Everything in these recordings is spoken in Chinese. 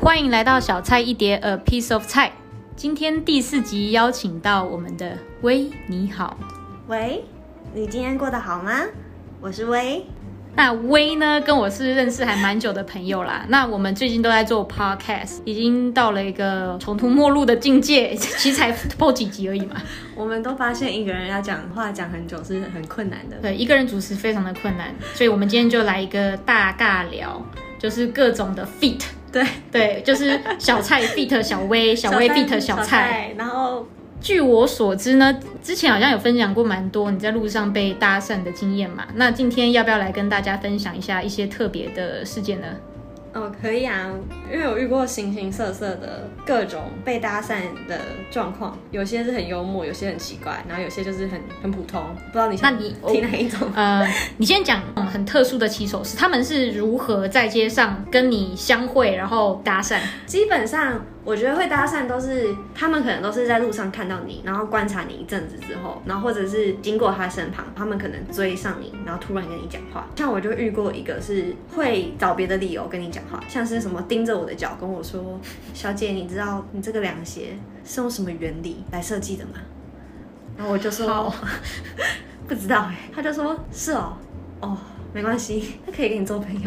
欢迎来到小菜一碟，A piece of 菜。今天第四集邀请到我们的威，你好。喂，你今天过得好吗？我是薇。那威呢，跟我是认识还蛮久的朋友啦。那我们最近都在做 podcast，已经到了一个穷途末路的境界，其实才 播几集而已嘛。我们都发现一个人要讲话讲很久是很困难的。对，一个人主持非常的困难，所以我们今天就来一个大尬聊，就是各种的 fit。 对，对，就是小菜 fit 小薇，小薇 fit 小菜。，然后据我所知呢，之前好像有分享过蛮多你在路上被搭讪的经验嘛。那今天要不要来跟大家分享一下一些特别的事件呢？哦，可以啊，因为我遇过形形色色的各种被搭讪的状况，有些是很幽默，有些很奇怪，然后有些就是很很普通。不知道你想那你听哪一种？呃，你先讲嗯很特殊的骑手是他们是如何在街上跟你相会，然后搭讪。基本上，我觉得会搭讪都是他们可能都是在路上看到你，然后观察你一阵子之后，然后或者是经过他身旁，他们可能追上你，然后突然跟你讲话。像我就遇过一个是会找别的理由跟你讲话，像是什么盯着我的脚跟我说：“小姐，你知道你这个凉鞋是用什么原理来设计的吗？”然后我就说好：“不知道哎、他就说：“是哦，哦，没关系，他可以跟你做朋友。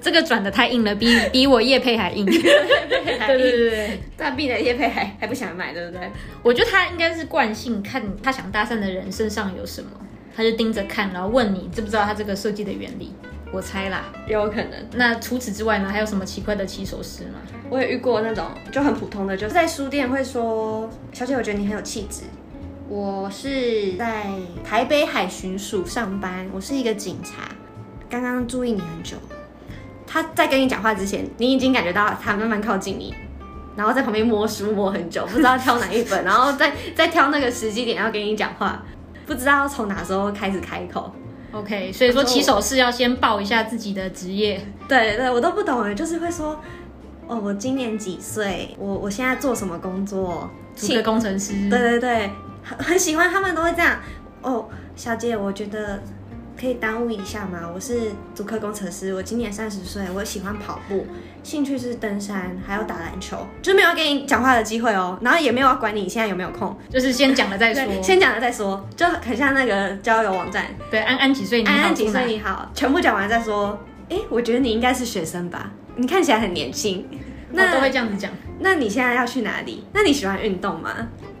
这个转的太硬了，比 比我叶配还硬。对”对对对对，但避雷贴配还还不想买，对不对？我觉得他应该是惯性，看他想搭讪的人身上有什么，他就盯着看，然后问你知不知道他这个设计的原理。我猜啦，有可能。那除此之外呢，还有什么奇怪的骑手诗吗？我也遇过那种就很普通的，就是在书店会说：“小姐，我觉得你很有气质。”我是在台北海巡署上班，我是一个警察，刚刚注意你很久。他在跟你讲话之前，你已经感觉到他慢慢靠近你，然后在旁边摸书摸很久，不知道挑哪一本，然后再再挑那个时机点要跟你讲话，不知道从哪时候开始开口。 OK，所以说骑手是要先报一下自己的职业，对对，我都不懂哎，就是会说，哦，我今年几岁？我我现在做什么工作？主科工程师。对对对，很很喜欢他们都会这样。哦，小姐，我觉得可以耽误一下吗？我是足科工程师，我今年三十岁，我喜欢跑步，兴趣是登山，还有打篮球，就没有给你讲话的机会哦，然后也没有要管你现在有没有空，就是先讲了再对说。先讲了再说，就很像那个交友网站，对，安安几岁？你好安安几住哪岁？你好，全部讲完再说。诶，我觉得你应该是学生吧，你看起来很年轻。那、都那、会这样子讲。那你现在要去哪里？那你喜欢运动吗？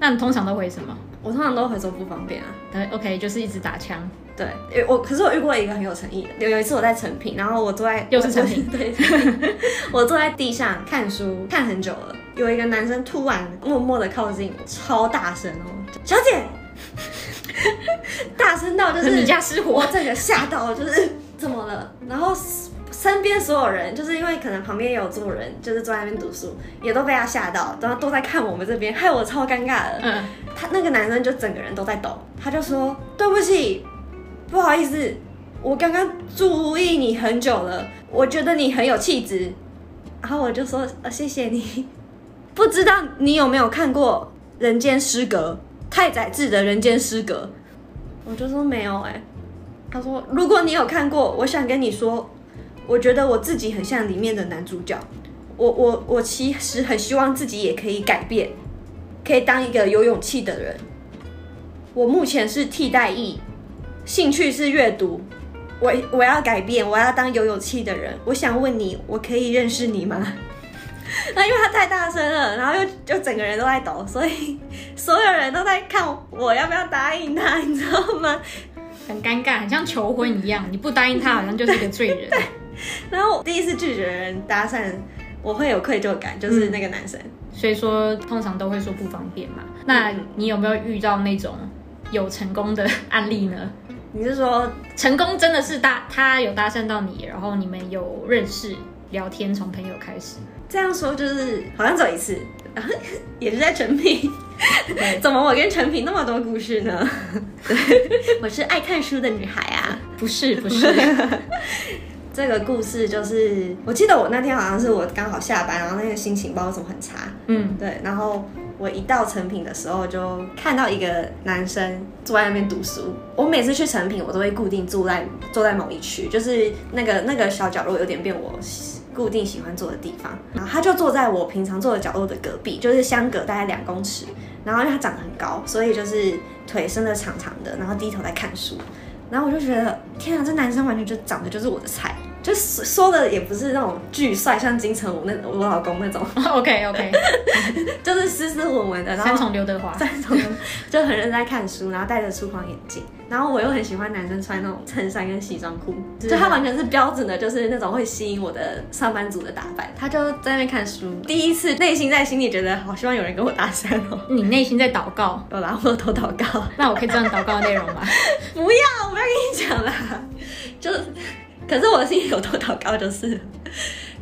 那你通常都会什么？我通常都会说不方便啊。对，OK，就是一直打枪。对，诶我可是我遇过一个很有诚意的，有有一次我在成品，然后我坐在又是成品，我对， 我坐在地上看书，看很久了，有一个男生突然默默的靠近我，超大声哦，小姐， 大声到就可是 你是家失火 我，整个吓到，就是 怎么了？然后身边所有人，就是因为可能旁边也有坐人，就是坐在那边读书，也都被他吓到，然后都在看我们这边，害我超尴尬的。嗯，他那个男生就整个人都在抖，他就说：“对不起，不好意思，我刚刚注意你很久了，我觉得你很有气质。”然后我就说：“呃，谢谢你。”不知道你有没有看过《人间失格》太宰治的《人间失格》？我就说没有哎、他说：“如果你有看过，我想跟你说，我觉得我自己很像里面的男主角。我我我其实很希望自己也可以改变。”可以当一个有勇气的人。我目前是替代役，兴趣是阅读。我我要改变，我要当有勇气的人。我想问你，我可以认识你吗？ 那因为他太大声了，然后又就整个人都在抖，所以 所有人都在看我要不要答应他，你知道吗？ 很尴尬，很像求婚一样，你不答应他，好像就是一个罪人。然后我第一次拒绝人搭讪，我会有愧疚感，就是那个男生。所以说，通常都会说不方便嘛。那你有没有遇到那种有成功的案例呢？ 你是说成功真的是搭他有搭讪到你，然后你们有认识聊天，从朋友开始。这样说就是好像走一次，然后 也是在成品对。怎么我跟成品那么多故事呢？对，我是爱看书的女孩啊。不 是不是，这个故事就是，我记得我那天好像是我刚好下班，然后那个心情不知道为什么很差， 嗯，对，然后我一到成品的时候，就看到一个男生坐在那边读书。我每次去成品，我都会固定坐在坐在某一区，就是那个那个小角落有点变我固定喜欢坐的地方，然后他就坐在我平常坐的角落的隔壁，就是相隔大概两公尺。然后因为他长得很高，所以就是腿伸得长长的，然后低头在看书。然后我就觉得，天啊，这男生完全就长得就是我的菜，就是说的也不是那种巨帅，像金城武那我老公那种， OK OK，就是斯斯文文的，然三后重刘德华， 三重就很认真在看书，然后戴着粗框眼镜，然后我又很喜欢男生穿那种衬衫跟西装裤，是就他完全是标准的，就是那种会吸引我的上班族的打扮。他就在那边看书，第一次内心在心里觉得，好希望有人跟我搭讪哦。你内心在祷告，有啦，我有偷祷告，那我可以知道你祷告的内容吗？ 不要，我不要跟你讲啦，就是，可是我心里有偷祷告，就是，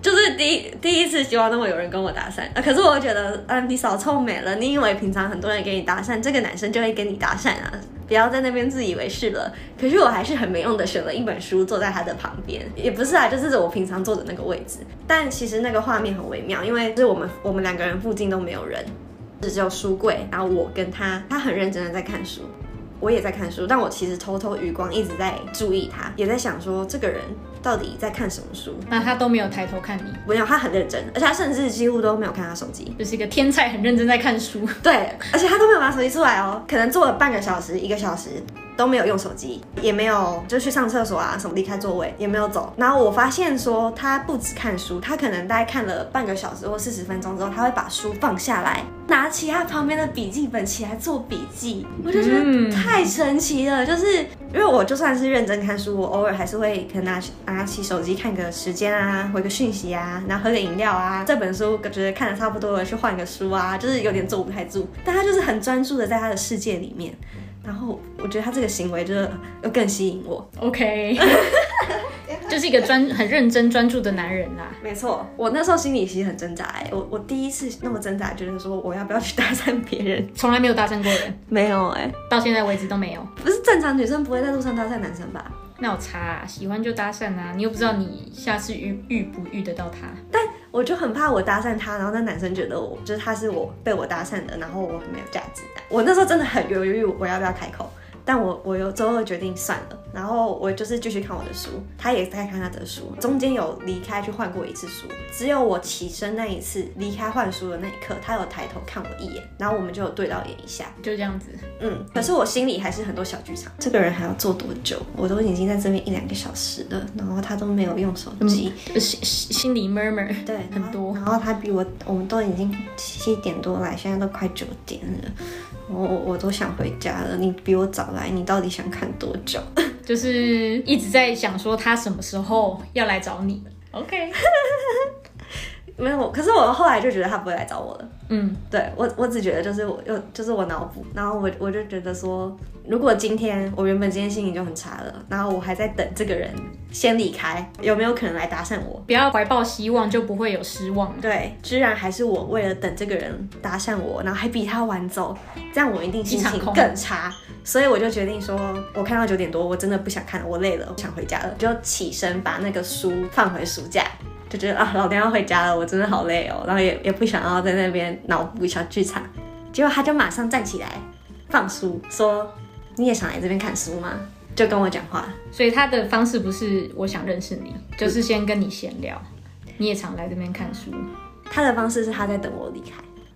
就是第一第一次希望那么有人跟我搭讪，啊，可是我觉得，啊，你少臭美了，你以为平常很多人给你搭讪，这个男生就会跟你搭讪啊，不要在那边自以为是了。可是我还是很没用的选了一本书坐在他的旁边，也不是啊，就是我平常坐的那个位置，但其实那个画面很微妙，因为是我们我们两个人附近都没有人。只有书柜，然后我跟他，他很认真的在看书，我也在看书，但我其实偷偷余光一直在注意他，也在想说这个人到底在看什么书。那他都没有抬头看你，没有，他很认真，而且他甚至几乎都没有看他手机。就是一个天才，很认真在看书。对，而且他都没有拿手机出来哦，可能坐了半个小时、一个小时都没有用手机，也没有就去上厕所啊什么，离开座位也没有走。然后我发现说他不止看书，他可能大概看了半个小时或四十分钟之后，他会把书放下来，拿起他旁边的笔记本起来做笔记。我就觉嗯得太神奇了，就是因为我就算是认真看书，我偶尔还是会可能拿拿起手机看个时间啊，回个讯息啊，然后喝个饮料啊，这本书觉得看的差不多了，去换个书啊，就是有点坐不太住。但他就是很专注的在他的世界里面，然后我觉得他这个行为就是又更吸引我。 OK，就是一个专很认真专注的男人啦、啊没错，我那时候心里其实很挣扎、欸，我我第一次那么挣扎，觉得说我要不要去搭讪别人？从来没有搭讪过人，没有哎、到现在为止都没有。不是正常女生不会在路上搭讪男生吧？那我查、啊，喜欢就搭讪啊，你又不知道你下次遇遇不遇得到他。我就很怕我搭讪他，然后那男生觉得我就是他是我被我搭讪的，然后我很没有价值。我那时候真的很犹豫，我要不要开口。但我我有最后决定算了，然后我就是继续看我的书，他也在看他的书，中间有离开去换过一次书，只有我起身那一次离开换书的那一刻，他有抬头看我一眼，然后我们就有对到眼一下，就这样子，嗯，可是我心里还是很多小剧场，这个人还要坐多久？我都已经在这边一两个小时了，然后他都没有用手机，呃心心心里 murmur 对，很多然后。然后他比我，我们都已经七点多来，现在都快九点了，我我我都想回家了。你比我早来，你到底想看多久？ 就是一直在想说他什么时候要来找你。OK，没有，可是我后来就觉得他不会来找我了。嗯，对我，我只觉得就是我又就是我脑补，然后我我就觉得说，如果今天我原本今天心情就很差了，然后我还在等这个人先离开，有没有可能来搭讪我？不要怀抱希望，就不会有失望。对，居然还是我为了等这个人搭讪我，然后还比他晚走，这样我一定心一情场空更差。所以我就决定说，我看到九点多，我真的不想看了，我累了，我想回家了，就起身把那个书放回书架。就觉得啊，老娘要回家了，我真的好累哦，然后也也不想要在那边脑补小剧场。结果他就马上站起来放书，说：“你也想来这边看书吗？”就跟我讲话。所以他的方式不是我想认识你，就是先跟你闲聊。你也常来这边看书，他的方式是他在等我离开，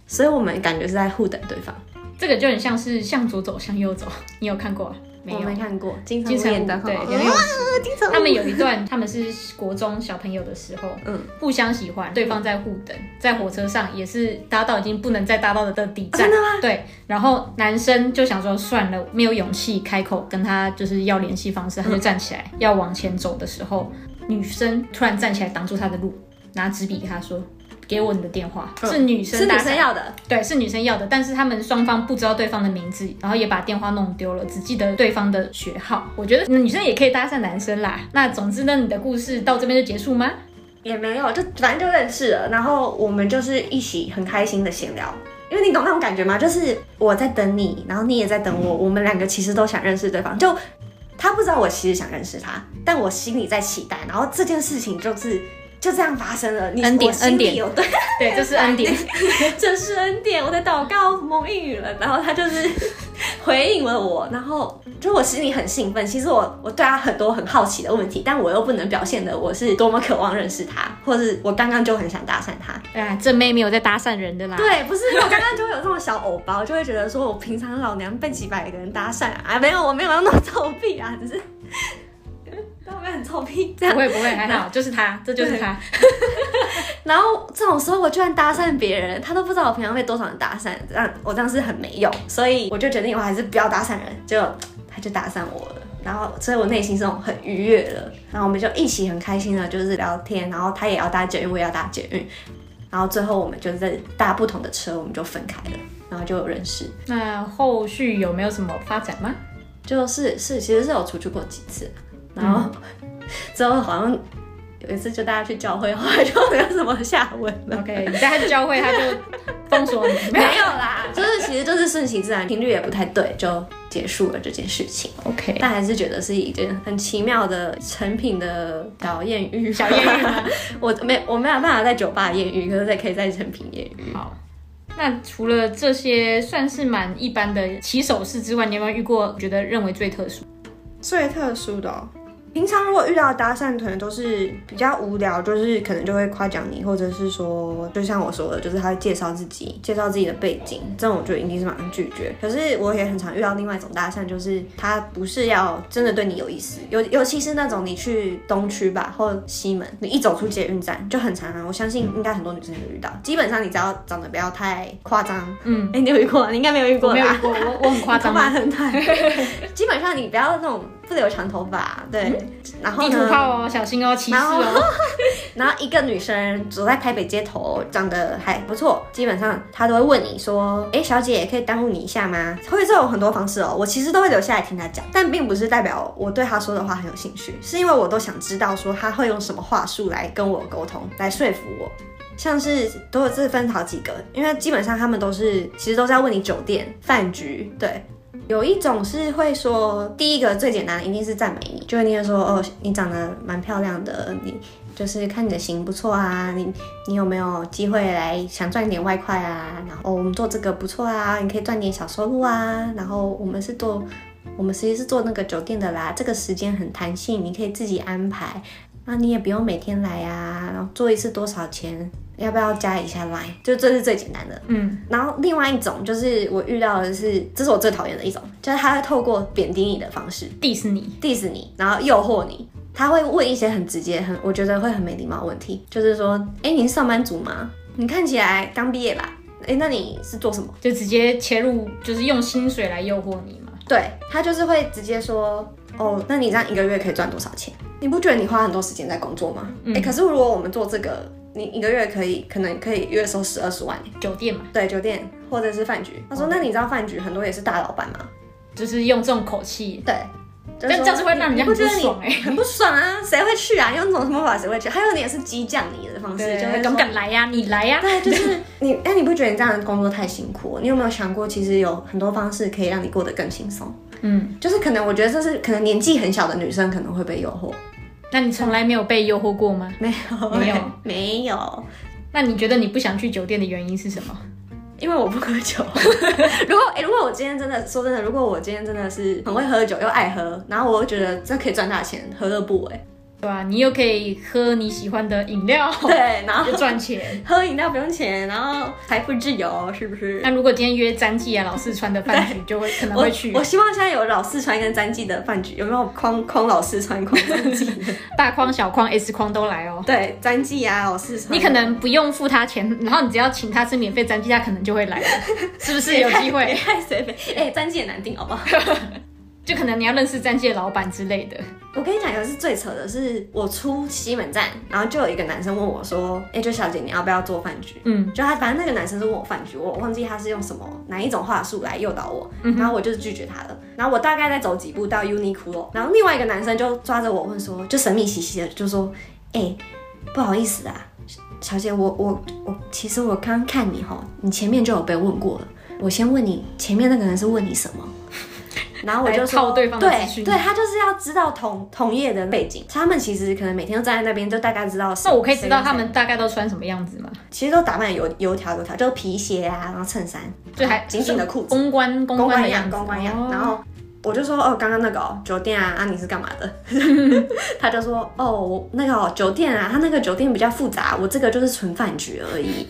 所以我们感觉是在互等对方。这个就很像是向左走，向右走。你有看过、啊？没我有。没看过，金城金武城武演的好对，吗有有金城武他们有一段，他们是国中小朋友的时候，嗯嗯，互相喜欢，对方在互等，在火车上也是搭到已经不能再搭到的的底站，哦真的对，然后男生就想说算了，没有勇气开口跟他就是要联系方式，嗯他就站起来、要往前走的时候，女生突然站起来挡住他的路，拿纸笔给他说。给我你的电话，嗯是女生是搭女讪生要的，呃对，是女生要的，但是他们双方不知道对方的名字，然后也把电话弄丢了，只记得对方的学号。我觉得嗯女生也可以搭讪男生啦。那总之呢，你的故事到这边就结束吗？也没有，就反正就认识了，然后我们就是一起很开心的闲聊。因为你懂那种感觉吗？就是我在等你，然后你也在等我，我们两个其实都想认识对方。就他不知道我其实想认识他，但我心里在期待。然后这件事情就是就这样发生了。你恩典我心里恩典有对，对，这是恩典。这是恩典，我的祷告蒙应允了。然后他就是 回应了我，然后就我心里很兴奋。其实我我对他很多很好奇的问题，但我又不能表现的我是多么渴望认识他，或是我刚刚就很想搭讪他。啊，这妹没有在搭讪人的啦。对，不是我刚刚就会有这种小偶包，就会觉得说我平常老娘被几百个人搭讪啊啊，没有，我没有要那么臭屁啊，只是。 但我没有很臭屁，这样不会不会，还好，就是他，这就是他。然后这种时候我居然搭讪别人，他都不知道我平常被多少人搭讪，这样我这样是很没用，所以我就决定我还是不要搭讪人，结果他就搭讪我了。然后，所以我内心这种很愉悦了。然后我们就一起很开心的，就是聊天。然后他也要搭捷运，我也要搭捷运。然后最后我们就是在搭不同的车，我们就分开了。然后就有认识，那后续有没有什么发展吗？就是是其实是有出去过几次，然后、之后好像有一次就大家去教会，后来就没有什么下文了。 OK，你带他教会，他就封锁你， 没有没有啦，就是其实就是顺其自然，频率也不太对，就结束了这件事情。 OK，但还是觉得是一件很奇妙的成品的小艳遇。小艳遇吗 我没我没有办法在酒吧艳遇，可是在可以在成品艳遇。好。那除了这些算是蛮一般的起手式之外，你有没有遇过觉得认为最特殊？最特殊的、哦。平常如果遇到的搭讪，可能都是比较无聊，就是可能就会夸奖你，或者是说，就像我说的，就是他会介绍自己，介绍自己的背景，这种我就一定是马上拒绝。可是我也很常遇到另外一种搭讪，就是他不是要真的对你有意思，尤尤其是那种你去东区吧或西门，你一走出捷运站就很常啊，我相信应该很多女生有遇到。基本上你只要长得不要太夸张，哎、你有遇过吗？你应该没有遇我过没有遇吧？过，我我很夸张头发吗？很 短，基本上你不要那种不留长头发，对。然后嗯地呢？图炮哦，小心哦，歧视然哦。 然后一个女生走在台北街头，长得还不错，基本上她都会问你说：“哎，小姐，可以耽误你一下吗？”会这种很多方式哦，我其实都会留下来听她讲，但并不是代表我对她说的话很有兴趣，是因为我都想知道说她会用什么话术来跟我沟通，来说服我。像是都有这分好几个，因为基本上他们都是其实都在问你酒店、饭局，对。有一种是会说，第一个最简单的一定是赞美你，就一定会说哦，你长得蛮漂亮的，你就是看你的型不错啊，你你有没有机会来想赚点外快啊？然后、哦我们做这个不错啊，你可以赚点小收入啊。然后我们是做我们其实是做那个酒店的啦，这个时间很弹性，你可以自己安排。那你也不用每天来啊，然后做一次多少钱？要不要加一下 line？就这是最简单的。嗯，然后另外一种就是我遇到的是，这是我最讨厌的一种，就是他会透过贬低你的方式迪士尼 diss 你，然后诱惑你。他会问一些很直接、很我觉得会很没礼貌的问题，就是说，哎，你是上班族吗？你看起来刚毕业吧？哎，那你是做什么？就直接切入，就是用薪水来诱惑你嘛。对他就是会直接说，哦，那你这样一个月可以赚多少钱？你不觉得你花很多时间在工作吗？哎、可是如果我们做这个，你一个月可以可能可以月收十二十万耶，酒店嘛，对，酒店或者是饭局。他说，那你知道饭局很多也是大老板吗？就是用这种口气，对。就但说这样子会让人家你不很觉不得你爽哎、很不爽啊！谁会去啊？用这种什么方法谁会去？还有你也是激将你的方式，对，就就会会说敢不敢来呀、你来啊呀、对，就是 你，哎、你不觉得你这样的工作太辛苦？哦你有没有想过，其实有很多方式可以让你过得更轻松？嗯，就是可能我觉得这是可能年纪很小的女生可能会被诱惑，那你从来没有被诱惑过吗？没有没有 没有，那你觉得你不想去酒店的原因是什么？因为我不喝酒。 如果哎、如果我今天真的说真的，如果我今天真的是很会喝酒又爱喝，然后我又觉得这可以赚大钱，何乐不为？对吧、你又可以喝你喜欢的饮料，对，然后又赚钱。喝饮料不用钱，然后财富自由，是不是？那如果今天约詹记啊、老四川的饭局，就会可能我会去我希望现在有老四川跟詹记的饭局，有没有框框老四川框詹记？ 大框、小框、S 框都来哦。对，詹记啊，老四川。你可能不用付他钱，然后你只要请他吃免费詹记，他可能就会来了，是不是有机别会？太随便，哎、詹记也难定，好不好？就可能你要认识詹记的老板之类的。我跟你讲，有一次最扯的是，我出西门站，然后就有一个男生问我说：“哎、就小姐，你要不要做饭局？”嗯，就他，反正那个男生是问我饭局，我忘记他是用什么哪一种话术来诱导我，嗯然后我就是拒绝他了。然后我大概再走几步到 Uniqlo，然后另外一个男生就抓着我问说，就神秘兮兮的就说：“哎、不好意思啊，小姐，我我我，其实我刚看你吼，你前面就有被问过了，我先问你，前面那个人是问你什么？”然后我就来套说，对方的资对讯对，他就是要知道同同业的背景，他们其实可能每天都站在那边，就大概知道谁。那我可以谁知道跟他谁们大概都穿什么样子吗？其实都打扮有油油条油条，就是皮鞋啊，然后衬衫，就还紧紧的裤子，公关公公关关的一样，样子，公关一样。哦然后我就说，哦，刚刚那个、哦、酒店啊，啊你是干嘛的？ 他就说，哦，我那个、哦、酒店啊，他那个酒店比较复杂，我这个就是纯饭局而已，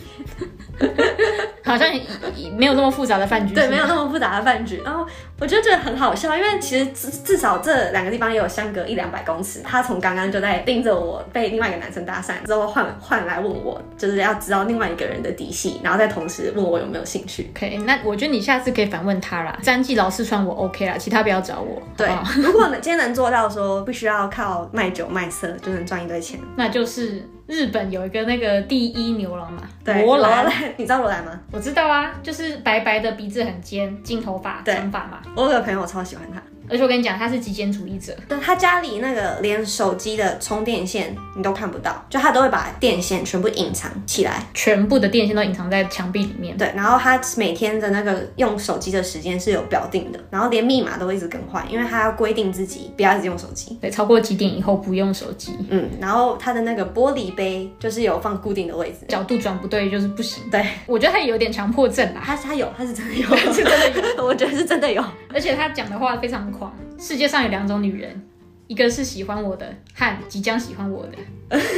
好像也也没有那么复杂的饭局，对，是吗没有那么复杂的饭局。然后我就觉得很好笑，因为其实至至少这两个地方也有相隔一两百公尺。他从刚刚就在盯着我被另外一个男生搭讪之后换换来问我，就是要知道另外一个人的底细，然后再同时问我有没有兴趣。 OK，那我觉得你下次可以反问他啦，詹记老是穿我 OK 啦，其他不要找我，哦对好不好， 如果能今天能做到说不需要靠卖酒卖色就能赚一堆钱，那就是日本有一个那个第一牛郎嘛，对，罗兰，兰，你知道罗兰吗？我知道啊，就是白白的鼻子很尖，金头发，对长发嘛，我有个朋友超喜欢他，而且我跟你讲，他是极简主义者，对他家里那个连手机的充电线你都看不到，就他都会把电线全部隐藏起来。全部的电线都隐藏在墙壁里面，对，然后他每天的那个用手机的时间是有表定的，然后连密码都会一直更换，因为他要规定自己不要一直用手机。对，超过几点以后不用手机，嗯，然后他的那个玻璃杯就是有放固定的位置。角度转不对就是不行，对，我觉得他有点强迫症啊啦，他他有，他是真的有，是真的 有，我觉得是真 的有。而且他讲的话非常狂，世界上有两种女人，一个是喜欢我的和即将喜欢我的，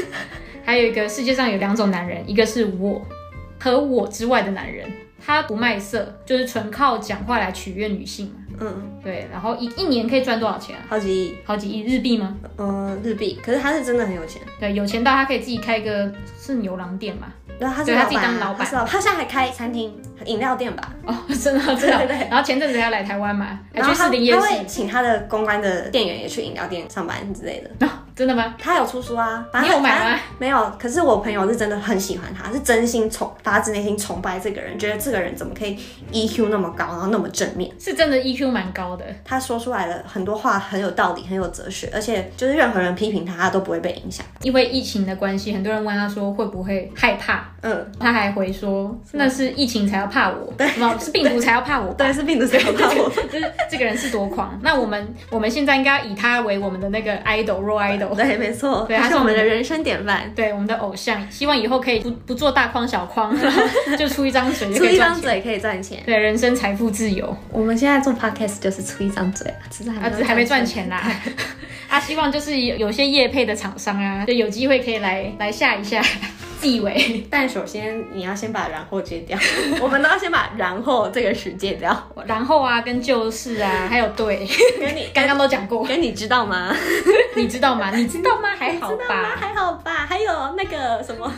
还有一个世界上有两种男人，一个是我和我之外的男人，他不卖色，就是纯靠讲话来取悦女性嘛，嗯，对，然后一一年可以赚多少钱啊？好几亿，好几亿日币吗？嗯，日币。可是他是真的很有钱，对，有钱到他可以自己开一个是牛郎店嘛？然后他是对他老自己板当啊，老板他是老他现在还开餐厅、饮料店吧？哦，真 的真的。对对对然后前阵子他来台湾嘛，还然去后他士林夜他市会，请他的公关的店员也去饮料店上班之类的。 真的吗？他有出书啊，反你正有买吗反正？没有，可是我朋友是真的很喜欢他，是真心崇发自内心崇拜这个人，觉得这个人怎么可以 EQ 那么高，然后那么正面。是真的 EQ 蛮高的，他说出来的很多话很有道理，很有哲学，而且就是任何人批评他，他都不会被影响。因为疫情的关系，很多人问他说会不会害怕，嗯，他还回说那是疫情才要怕我，什么是病毒才要怕我吧。对，是病毒谁有怕我？ 就是这个人是多狂，那我们我们现在应该以他为我们的那个 idol role idol，对，没错，对他他是是我我们们的的人生典范。对我们的偶像，希望以后可以不不做大框小 框，然后就出一张嘴就出可以一赚张钱，嘴可嗯以赚钱，对人生财富自由。我们现在做 podcast 就是出一张嘴啊，只是啊，还只是还没赚。钱啦。 啊，希望就是有有些业配的厂商啊，就有机会可以来来下一下地位。但首先你要先把然后戒掉， 我们都要先把然后这个词戒 掉。然后啊，跟旧事啊，还有对，跟你刚刚都讲过，跟你知道吗？你知道吗？你知道吗？还好吧。 还好吧，还有那个什么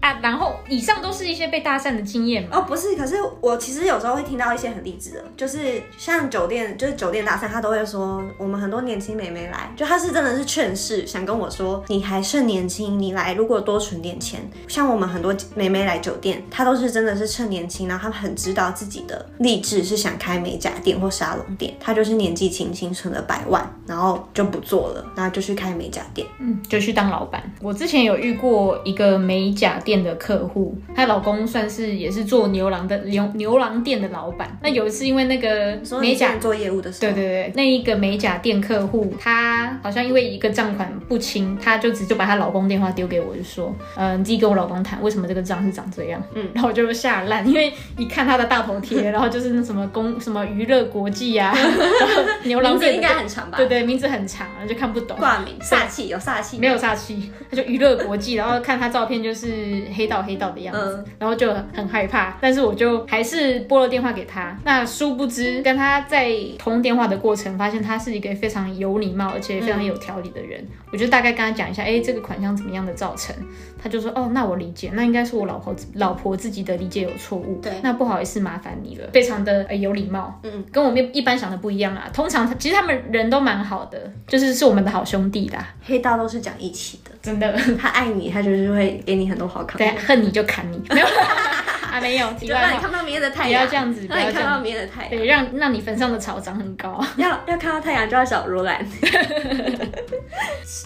啊，然后以上都是一些被搭讪的经验嘛。哦，不是，可是我其实有时候会听到一些很励志的，就是像酒店，就是酒店大三，他都会说我们很多年轻美眉来，就他是真的是劝世，想跟我说你还是年轻，你来如果多存点钱，像我们很多美眉来酒店，她都是真的是趁年轻，然后她很知道自己的励志是想开美甲店或沙龙店，她就是年纪轻轻存了百万，然后就不做了，然后就去开美甲店。嗯，就去当老板。我之前有遇过一个美甲店的客户，她老公算是也是做牛郎的牛牛郎店的老板。那有一次因为那个说你美之甲前做业务的时候，对对对，那一个美甲店客户，她好像因为一个账款不清，她就直接把她老公电话丢给我，就说，嗯、你自己跟我老公谈，为什么这个账是长这样？嗯，然后我就吓烂，因为一看她的大头贴，然后就是那什么公什么娱乐国际 呀、啊，然后牛郎名字店应该很长吧？对对，名字很长，然后就看不懂。挂名煞气有煞气，没有煞气， 他就娱乐国际，然后看他照片就是黑道黑道的样子，然后就很害怕。但是我就还是拨了电话给他。那殊不知跟他在通电话的过程，发现他是一个非常有礼貌而且非常有条理的人。我就大概跟他讲一下，哎，这个款项怎么样的造成，他就说，哦，那我理解，那应该是我老婆老婆自己的理解有错误。对那不好意思，麻烦你了，非常的、呃、有礼貌。嗯，跟我们一般想的不一样啊。通常他其实他们人都蛮好的，就是是我们的好兄弟啦，黑道都是讲义气的，真的。他爱你，他就是会给你很多好康，对，，啊恨你就砍 你，没有啊，没有，题就外让你话，看不到明天的太不要阳，这样子，不 让要你这看不到样子，明天的太阳，对，让 让你坟上的草长很高。要要看到太阳就要找罗兰。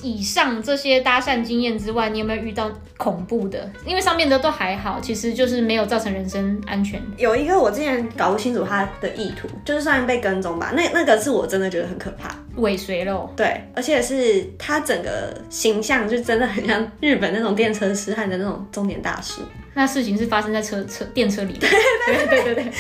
以上这些搭讪经验之外，你有没有遇到恐怖的？因为上面的都还好，其实就是没有造成人身安全。有一个我之前搞不清楚他的意图，就是算被跟踪吧，那那个是我真的觉得很可怕。尾随喽，对，而且是他整个形象就真的很像日本那种电车痴汉的那种中年大叔。那事情是发生在车车电车里。对对对对对，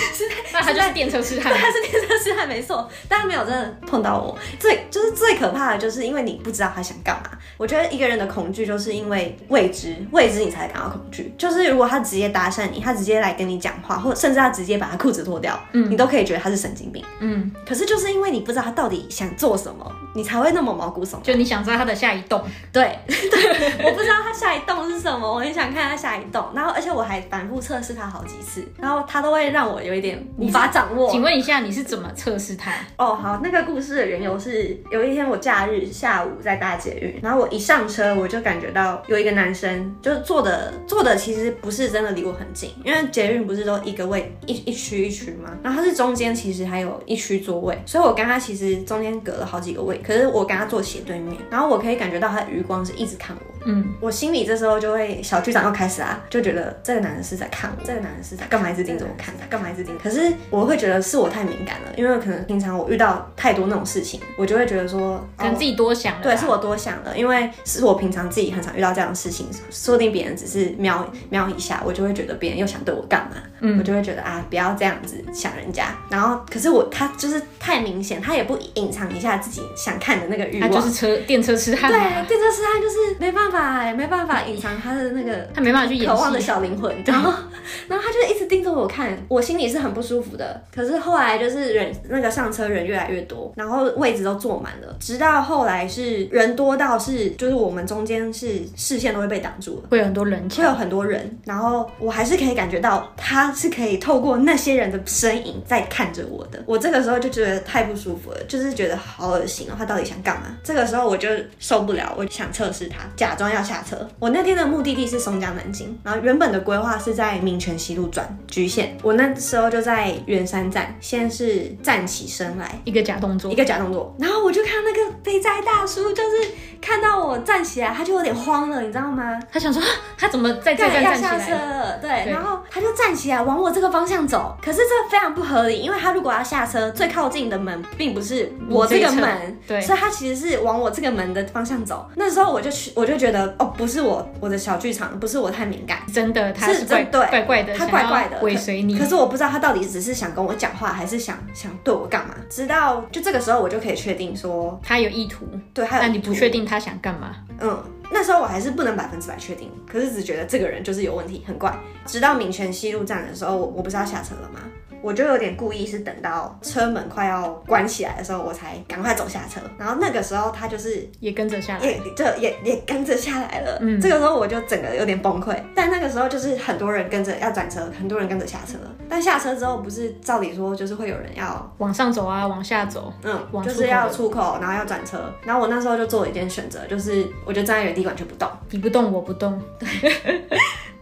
那他 就是电车痴汉。他是电车痴汉没错，但他没有真的碰到我。最就是最可怕的，就是因为你不知道他想干嘛。我觉得一个人的恐惧，就是因为未知，未知你才感到恐惧。就是如果他直接搭讪你，他直接来跟你讲话，或者甚至他直接把他裤子脱掉，你都可以觉得他是神经病。嗯，可是就是因为你不知道他到底想做什么，你才会那么毛骨悚然。就你想知道他的下一动，对， 对，我不知道他下一栋是什么，我很想看他下一栋。然后，而且我还反复测试他好几次，然后他都会让我有一点无法掌握。请问一下你是怎么测试他？哦，好，那个故事的缘由是，有一天我假日下午在搭捷运，然后我一上车，我就感觉到有一个男生，就是坐的坐的其实不是真的离我很近，因为捷运不是都一个位一一区一区吗？然后他是中间其实还有一区座位，所以我跟他其实中间隔了好几个位，可是我跟他坐斜对面，然后我可以感觉到他的余光是一直看我。嗯，我心里这时候就会小剧场又开始啦，就觉得这个男人是在看我，这个男人是在干嘛一直盯着我看，他干嘛一直盯？可是我会觉得是我太敏感了，因为可能平常我遇到太多那种事情，我就会觉得说，可能自己、己多想了吧。对，是我多想了，因为是我平常自己很常遇到这样的事情，说不定别人只是瞄瞄一下，我就会觉得别人又想对我干嘛，嗯我就会觉得啊，不要这样子想人家。然后可是我他就是太明显，他也不隐藏一下自己想看的那个欲他望，就是车电车痴汉对，嘛，变成痴汉就是没办法，没办法隐藏他的那个他没办法去演戏嗯渴望的小灵魂，然后 然后他就一直盯着我看，我心里是很不舒服的。可是后来就是人那个上车人越来越多，然后位置都坐满了，直到后来是人多到是就是我们中间是视线都会被挡住了。会有很多人会有墙。很多人，然后我还是可以感觉到他是可以透过那些人的身影在看着我的。我这个时候就觉得太不舒服了，就是觉得好恶心哦，他到底想干嘛？这个时候我就受不了，我想测试他，假装要下车。我那天的目的地是松江南京，然后原本的规划是在民权西路转局限，我那时候就在圆山站，先是站起身来，一个假动作一，个假动作，然后我就看那个背债大叔，就是看到我站起来，他就有点慌了，你知道吗？他想说 啊他怎么在这对，站要站起下来车了？了，对，对然后他就站起来往我这个方向走，可是这非常不合理，因为他如果要下车，最靠近的门并不是我这个你这一侧门，对所以他其实是往我这个门的方向走。那时候我就去，我就觉得哦，不是我我的小剧场，不是我太敏感，真的，他是是怪真对怪怪的，他怪怪想的要尾随你可。是我不知道他到底只是想跟我讲话，还是想想对我干嘛。直到就这个时候，我就可以确定说，他有意图，对，还有但你不意图确定他想干嘛。嗯，那时候我还是不能百分之百确定，可是只觉得这个人就是有问题，很怪。直到民权西路站的时候，我我不是要下车了吗？我就有点故意是等到车门快要关起来的时候，我才赶快走下车。然后那个时候他就是也跟着下来。也就也也跟着下来了。嗯这个时候我就整个有点崩溃。但那个时候就是很多人跟着要转车，很多人跟着下车。但下车之后不是照理说就是会有人要往上走啊，往下走，嗯，往就出是口要的出口，然后要转车。然后我那时候就做了一件选择，就是我就站在原地完全不动。你不动我不动。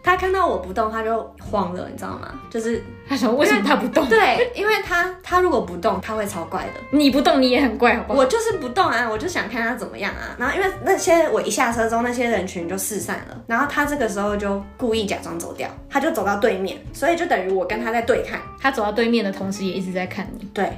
他看到我不动，他就慌了，你知道吗？就是他想为什么他不动？对，因为他他如果不动，他会超怪的。你不动你也很怪，好不好？我就是不动啊，我就想看他怎么样啊。然后因为那些我一下车之后，那些人群就四散了。然后他这个时候就故意假装走掉，他就走到对面，所以就等于我跟他在对看。他走到对面的同时，也一直在看你。对，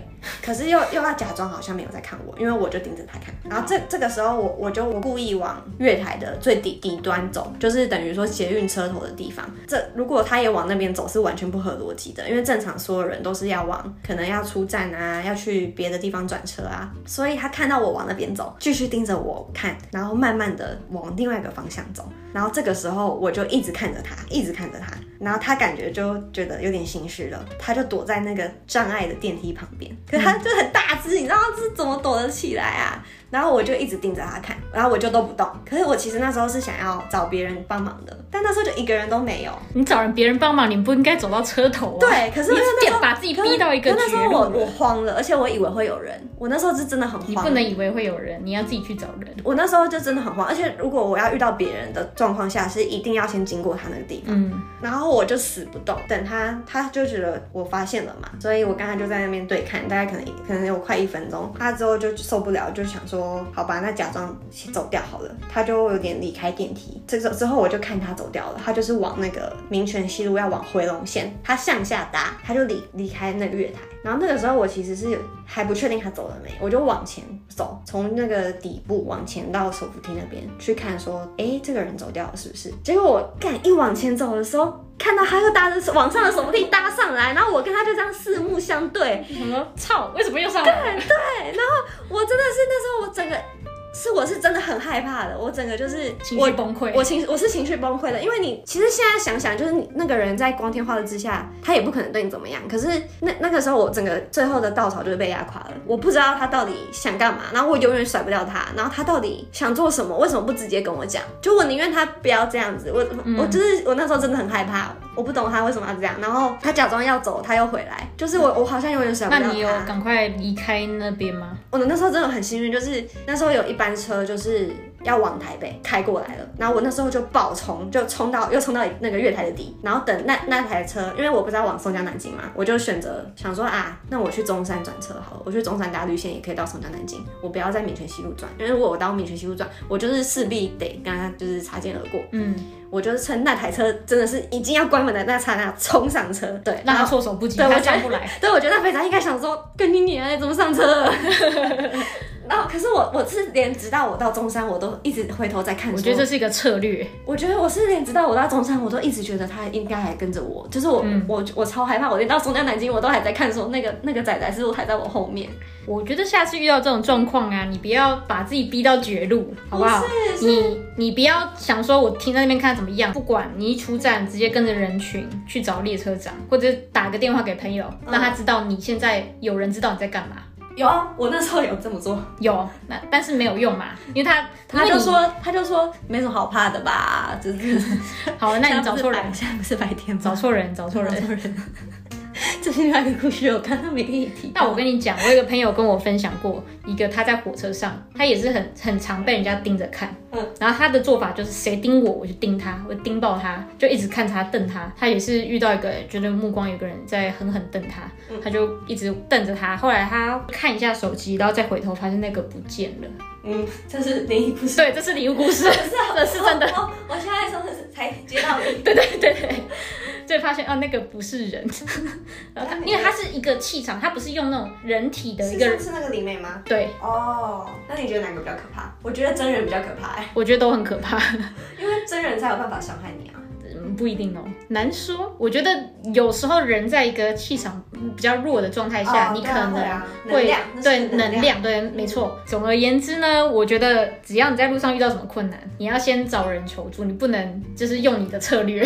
可是又又要假装好像没有在看我，因为我就盯着他看。然后这这个时候我我就我故意往月台的最底底端走，就是等于说捷运车头的地方。这如果他也往那边走，是完全不合逻辑的，因为正常所有人都是要往可能要出站啊，要去别的地方转车啊。所以他看到我往那边走，继续盯着我看，然后慢慢的往另外一个方向走。然后这个时候我就一直看着他，一直看着他，然后他感觉就觉得有点心虚了，他就躲在那个障碍的电梯旁边。可是他就很大只，你知道这怎么躲得起来啊？然后我就一直盯着他看，然后我就都不动。可是我其实那时候是想要找别人帮忙的，但那时候就一个人都没有。你找人别人帮忙，你不应该走到车头啊。对，可是因你为是那时点候把自己逼到一个可是可是那时候绝我路了我慌了，而且我以为会有人，我那时候是真的很你慌不。能以为会有人，你要自己去找人。我那时候就真的很慌，而且如果我要遇到别人的状况下，是一定要先经过他那个地方。嗯，然后我就死不动，等他，他就觉得我发现了嘛，所以我跟他就在那边对看，大概可能可能有快一分钟，他之后就受不了，就想说说好吧，那假装走掉好了。他就有点离开电梯，这个之后我就看他走掉了，他就是往那个民权西路要往回龙线，他向下搭，他就离离开那个月台。然后那个时候我其实是还不确定他走了没，我就往前走，从那个底部往前到手扶梯那边去看，说，哎，这个人走掉了是不是？结果我干一往前走的时候，看到他又搭着往上的手扶梯搭上来，然后我跟他就这样四目相对，什么操？为什么又上来？我真的是那时候我整个是我是真的很害怕的，我整个就是情我绪崩溃。我情我是情绪崩溃的，因为你其实现在想想，就是你那个人在光天化日之下，他也不可能对你怎么样。可是那那个时候，我整个最后的稻草就是被压垮了。我不知道他到底想干嘛，然后我永远甩不掉他，然后他到底想做什么？为什么不直接跟我讲？就我宁愿他不要这样子，我、嗯我就是我那时候真的很害怕，我不懂他为什么要这样。然后他假装要走，他又回来，就是我我好像永远甩不那掉他。你有赶快离开那边吗？我那时候真的很幸运，就是那时候有一班车就是要往台北开过来了，然后我那时候就爆冲，就冲到又冲到那个月台的底，然后等那那台车，因为我不知道往松江南京嘛，我就选择想说啊，那我去中山转车好了，我去中山搭绿线也可以到松江南京，我不要在民权西路转，因为如果我到民权西路转，我就是势必得跟他就是擦肩而过，嗯，我就是趁那台车真的是已经要关门的那刹那冲上车，对，让他措手不及，对我他觉得上不 来。对，我觉得那肥仔应该想说，跟你女儿怎么上车？ 然后，可是我我是连直到我到中山，我都一直回头在看。我觉得这，是一个策略。我觉得我是连直到我到中山，我都一直觉得他应该还跟着我，就是我、嗯我我超害怕，我连到中江南京，我都还在看说那个那个仔仔是不是还在我后面？我觉得下次遇到这种状况啊，你不要把自己逼到绝路，好不好？你你不要想说我停在那边看怎么样，不管你一出站直接跟着人群去找列车长，或者打个电话给朋友，嗯让他知道你现在有人知道你在干嘛。有啊，我那时候有这么做，有，那但是没有用嘛，因为他他因为就你说他就说没什么好怕的吧， 就是好 了，那你找错人，，现在不是白天吗，找错人，找错人。错人。 这是另外一个故事，我刚刚没跟你提到。那我跟你讲，我有一个朋友跟我分享过一个，他在火车上，他也是很很常被人家盯着看。嗯，然后他的做法就是谁盯我，我就盯他，我盯爆他，就一直看他瞪他。他也是遇到一个觉得目光有个人在狠狠瞪他，嗯他就一直瞪着他。后来他看一下手机，然后再回头发现那个不见了。嗯，这是灵异故事。对，这是礼物故 事，这是真的。哦，我现在真的是才接到你。 对对对对，就发现啊，那个不是人，哦然后他因为他是一个气场，他不是用那种人体的一个人，是那个灵媒吗？对哦，那你觉得哪个比较可怕？我觉得真人比较可怕、欸，我觉得都很可怕。因为真人才有办法伤害你啊。嗯，不一定哦，难说。我觉得有时候人在一个气场比较弱的状态下，哦你对可啊能会啊能会量那是对能能量嗯量对，没错。总而言之呢，我觉得只要你在路上遇到什么困难，你要先找人求助，你不能就是用你的策略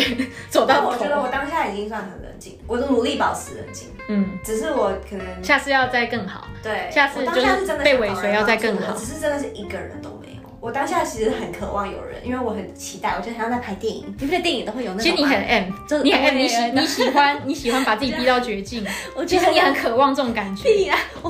走但到哦我觉得头。我当下已经算很冷静，我努力保持冷静，嗯，只是我可能下次要再更好。对，下次我当下是真的就是被想尾找随人要帮再助更我好只是真的是一个人都没有。我当下其实很渴望有人，因为我很期待，我就很像在拍电影，因为电影都会有那种。其实你很 M，就是你很 M，对你喜对对你喜 欢你喜欢把自己逼到绝境，我觉其实得你很渴望这种感 觉。屁啊！我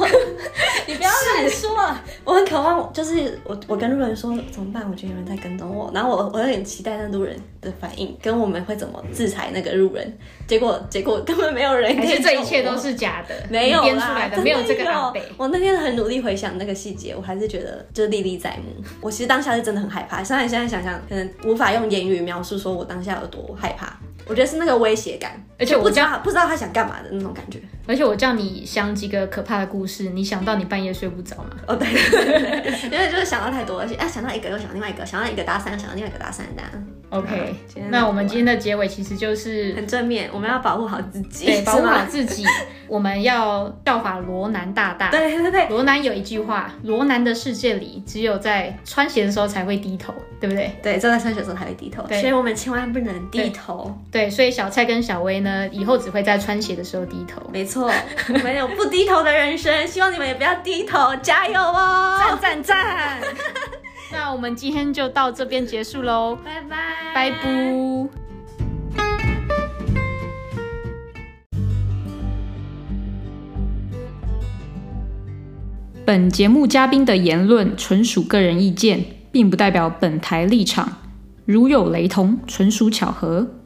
你不要乱说，我很渴望，就是我我跟路人说怎么办？我觉得有人在跟踪我，然后我我有点期待那路人的反应，跟我们会怎么制裁那个路人。结果结果根本没有人可还以是这一救切我都是假的，没有你啦编出来的，真没有这个阿有北。我那天很努力回想那个细节，我还是觉得就历历在目。我其实当下是真的很害怕，虽然现在想想可能无法用言语描述说我当下有多害怕，我觉得是那个威胁感，而且我不知这样道不知道他想干嘛的那种感觉。而且我叫你想几个可怕的故事，你想到你半夜睡不着吗？哦，对对对对，因为就是想到太多，而且啊，想到一个又想到另外一个，想到一个搭三，想到另外一个搭啊三，这样嗯 OK，哦今天的那我们今天的结尾其实就是很正面。我们要保护好自 己，对保护好己。自己，我们要效法罗南大大。对对对，罗南有一句话：“罗南的世界里，只有在穿鞋的时候才会低头，对不对？”对，正在上学的时候才会低头，对所以我们千万不能低头。对，所以小蔡跟小薇呢，以后只会在穿鞋的时候低头。没错，我们有不低头的人生，希望你们也不要低头，加油哦！赞赞赞！ 那我们今天就到这边结束喽，拜拜，拜拜。本节目嘉宾的言论纯属个人意见，并不代表本台立场。如有雷同，纯属巧合。